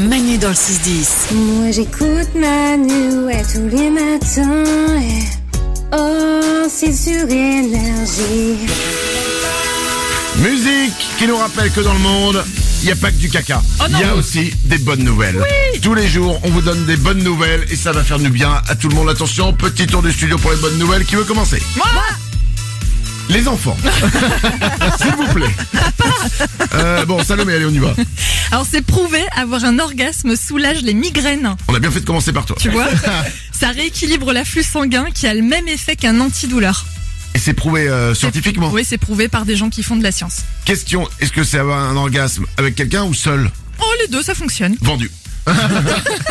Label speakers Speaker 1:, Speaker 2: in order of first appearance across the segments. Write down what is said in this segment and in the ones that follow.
Speaker 1: Manu dans le 6-10.
Speaker 2: Moi j'écoute Manu ouais, tous les matins. ouais. Oh, c'est sur énergie.
Speaker 3: Musique qui nous rappelle que dans le monde, il n'y a pas que du caca. Il y a aussi des bonnes nouvelles. Tous les jours, on vous donne des bonnes nouvelles et ça va faire du bien à tout le monde. Attention, petit tour du studio pour les bonnes nouvelles. Qui veut commencer Moi Les enfants. S'il vous plaît. Euh, bon, Salomé, allez, on y va.
Speaker 4: Alors c'est prouvé, avoir un orgasme soulage les migraines, hein,
Speaker 3: On a bien fait de commencer par toi.
Speaker 4: tu vois. Ça rééquilibre l'afflux sanguin qui a le même effet qu'un antidouleur.
Speaker 3: Et c'est prouvé euh, scientifiquement.
Speaker 4: Oui, c'est prouvé par des gens qui font de la science.
Speaker 3: Question, est-ce que c'est avoir un orgasme avec quelqu'un ou seul
Speaker 4: Oh les deux, ça fonctionne.
Speaker 3: Vendu.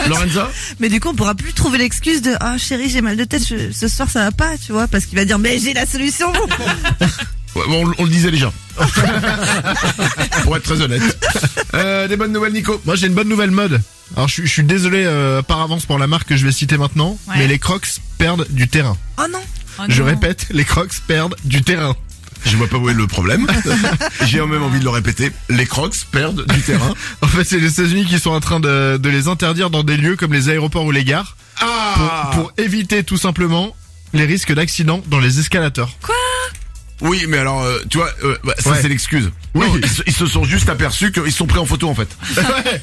Speaker 3: Lorenzo
Speaker 5: Mais du coup, on pourra plus trouver l'excuse de Ah chérie, j'ai mal de tête, je- ce soir ça va pas, tu vois, parce qu'il va dire Mais j'ai la solution
Speaker 4: Ah,
Speaker 3: Ouais, bon, on, on le disait déjà. Pour être très honnête. Euh, des bonnes nouvelles, Nico.
Speaker 6: Moi j'ai une bonne nouvelle mode. Alors je, suis- je suis désolé euh, par avance pour la marque que je vais citer maintenant,
Speaker 4: Ouais.
Speaker 6: mais les Crocs perdent du terrain.
Speaker 5: Oh non
Speaker 4: Oh
Speaker 6: Je
Speaker 4: non.
Speaker 6: répète, les Crocs perdent du terrain.
Speaker 3: Je vois pas où est le problème. J'ai même envie de le répéter. Les crocs perdent du terrain.
Speaker 6: En fait, c'est les États-Unis qui sont en train de, de les interdire dans des lieux comme les aéroports ou les gares pour,
Speaker 3: Ah
Speaker 6: pour éviter tout simplement les risques d'accidents dans les escalators.
Speaker 3: Oui, mais alors, euh, tu vois, euh, bah, ça
Speaker 6: Ouais.
Speaker 3: c'est l'excuse.
Speaker 6: Oui.
Speaker 3: Non, ils, se- ils se sont juste aperçus qu'ils se sont pris en photo en fait.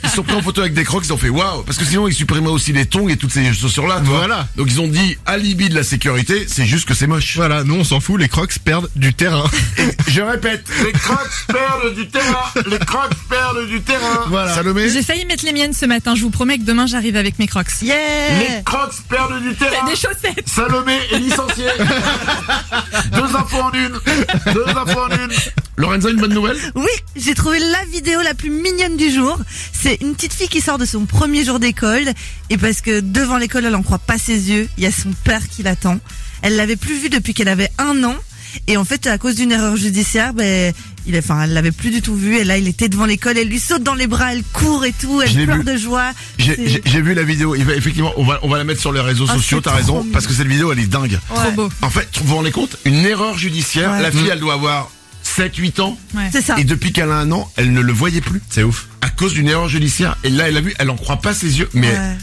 Speaker 3: Ils se sont pris en photo avec des crocs, ils ont fait waouh. Parce que sinon ils supprimaient aussi les tongs et toutes ces chaussures-là. tu vois.
Speaker 6: Voilà.
Speaker 3: Donc ils ont dit alibi de la sécurité, c'est juste que c'est moche.
Speaker 6: Voilà, nous on s'en fout, les Crocs perdent du terrain.
Speaker 3: Je répète, les crocs perdent du terrain. Les crocs perdent du terrain.
Speaker 6: Voilà.
Speaker 3: Salomé
Speaker 4: J'ai failli mettre les miennes ce matin, je vous promets que demain j'arrive avec mes crocs.
Speaker 5: Yeah
Speaker 3: crocs perdent du terrain.
Speaker 4: Des chaussettes
Speaker 3: Salomé est licencié. Deux infos en une. Deux infos en une. Lorenzo, une bonne nouvelle
Speaker 5: Oui, j'ai trouvé la vidéo la plus mignonne du jour. C'est une petite fille qui sort de son premier jour d'école, et parce que devant l'école, elle en croit pas ses yeux, il y a son père qui l'attend. Elle l'avait plus vu depuis qu'elle avait un an, et en fait, à cause d'une erreur judiciaire, ben, il, est- enfin, elle l'avait plus du tout vu, et là, il était devant l'école, elle lui saute dans les bras, elle court et tout,
Speaker 3: Je l'ai
Speaker 5: elle pleure
Speaker 3: vu.
Speaker 5: de joie. C'est-
Speaker 3: J'ai j'ai- j'ai vu la vidéo. Il va- effectivement, on va, on va la mettre sur les réseaux
Speaker 5: Ah,
Speaker 3: sociaux,
Speaker 5: c'est
Speaker 3: t'as
Speaker 5: trop
Speaker 3: raison.
Speaker 5: mignon.
Speaker 3: Parce que cette vidéo, elle est dingue.
Speaker 4: Trop beau.
Speaker 3: En fait, vous vous rendez compte Une erreur judiciaire.
Speaker 5: Ouais.
Speaker 3: La fille, elle doit avoir 7-8 ans.
Speaker 4: Ouais.
Speaker 5: C'est ça.
Speaker 3: Et depuis qu'elle a un an, elle ne le voyait plus. C'est ouf. À cause d'une erreur judiciaire. Et là, elle a vu, elle en croit pas ses yeux. Mais
Speaker 5: Ouais.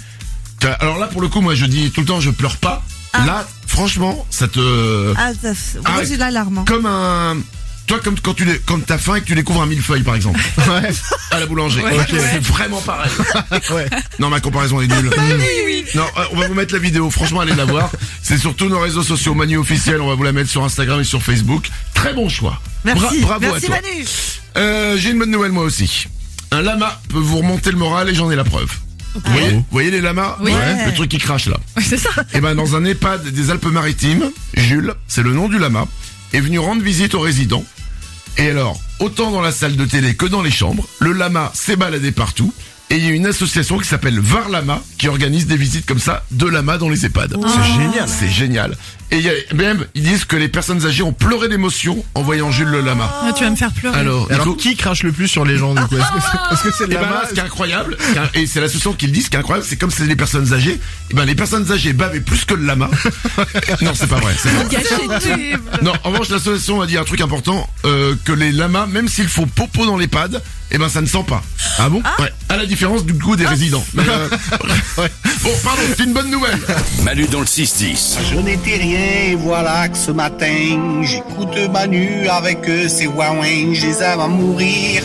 Speaker 3: t'as- alors là, pour le coup, moi, je dis tout le temps, je pleure pas.
Speaker 5: Ah.
Speaker 3: Là, franchement, ça te.
Speaker 5: Ah, ça, f-
Speaker 3: Ah
Speaker 5: moi
Speaker 3: ouais.
Speaker 5: j'ai l'alarme. hein.
Speaker 3: comme un toi comme quand tu dé- quand t'as faim et que tu découvres un millefeuille par exemple
Speaker 6: ouais,
Speaker 3: à la boulangerie
Speaker 4: Ouais,
Speaker 3: Ok,
Speaker 4: ouais.
Speaker 3: c'est vraiment pareil
Speaker 6: ouais.
Speaker 3: non ma comparaison est nulle non euh, on va vous mettre la vidéo franchement allez la voir c'est sur tous nos réseaux sociaux Manu officiel on va vous la mettre sur Instagram et sur Facebook très bon choix
Speaker 5: Merci,
Speaker 3: Bra- bravo
Speaker 5: merci
Speaker 3: à toi
Speaker 5: Manu.
Speaker 3: Euh, j'ai une bonne nouvelle moi aussi un lama peut vous remonter le moral et j'en ai la preuve vous voyez, vous voyez les lamas
Speaker 4: Oui.
Speaker 5: Ouais.
Speaker 3: le truc qui crache là
Speaker 4: Ouais, c'est ça.
Speaker 5: Oh.
Speaker 3: et ben dans un EHPAD des Alpes-Maritimes, Jules, c'est le nom du lama, est venu rendre visite aux résidents. Et alors, autant dans la salle de télé que dans les chambres, le lama s'est baladé partout. Et il y a une association qui s'appelle Var Lama qui organise des visites comme ça de lama dans les EHPAD. C'est génial. C'est génial. Et il y a, même, ils disent que les personnes âgées ont pleuré d'émotion en voyant Jules le lama.
Speaker 4: Ah, tu vas me faire pleurer.
Speaker 3: Alors,
Speaker 6: Alors
Speaker 3: Nico
Speaker 6: qui crache le plus sur les gens du coup Est-ce que c'est- Est-ce que c'est
Speaker 3: et
Speaker 6: les
Speaker 3: ben là,
Speaker 6: lamas
Speaker 3: ce qui est incroyable, ce qui est- et c'est l'association qui le dit, ce qui est incroyable, c'est comme c'est les personnes âgées, et ben les personnes âgées bavaient plus que le lama. non, c'est pas vrai. c'est pas vrai.
Speaker 4: Gâchez
Speaker 3: Non, en revanche, l'association a dit un truc important euh, que les lamas, même s'ils font popo dans les pads, eh ben ça ne sent pas. Ah bon Ouais. À la différence du goût des résidents. Mais, euh, ouais. Bon, pardon, c'est une bonne nouvelle.
Speaker 7: Manu dans le 6-10.
Speaker 8: Je n'étais rien et voilà que ce matin, j'écoute Manu avec eux, ses wawin, je les aime à mourir.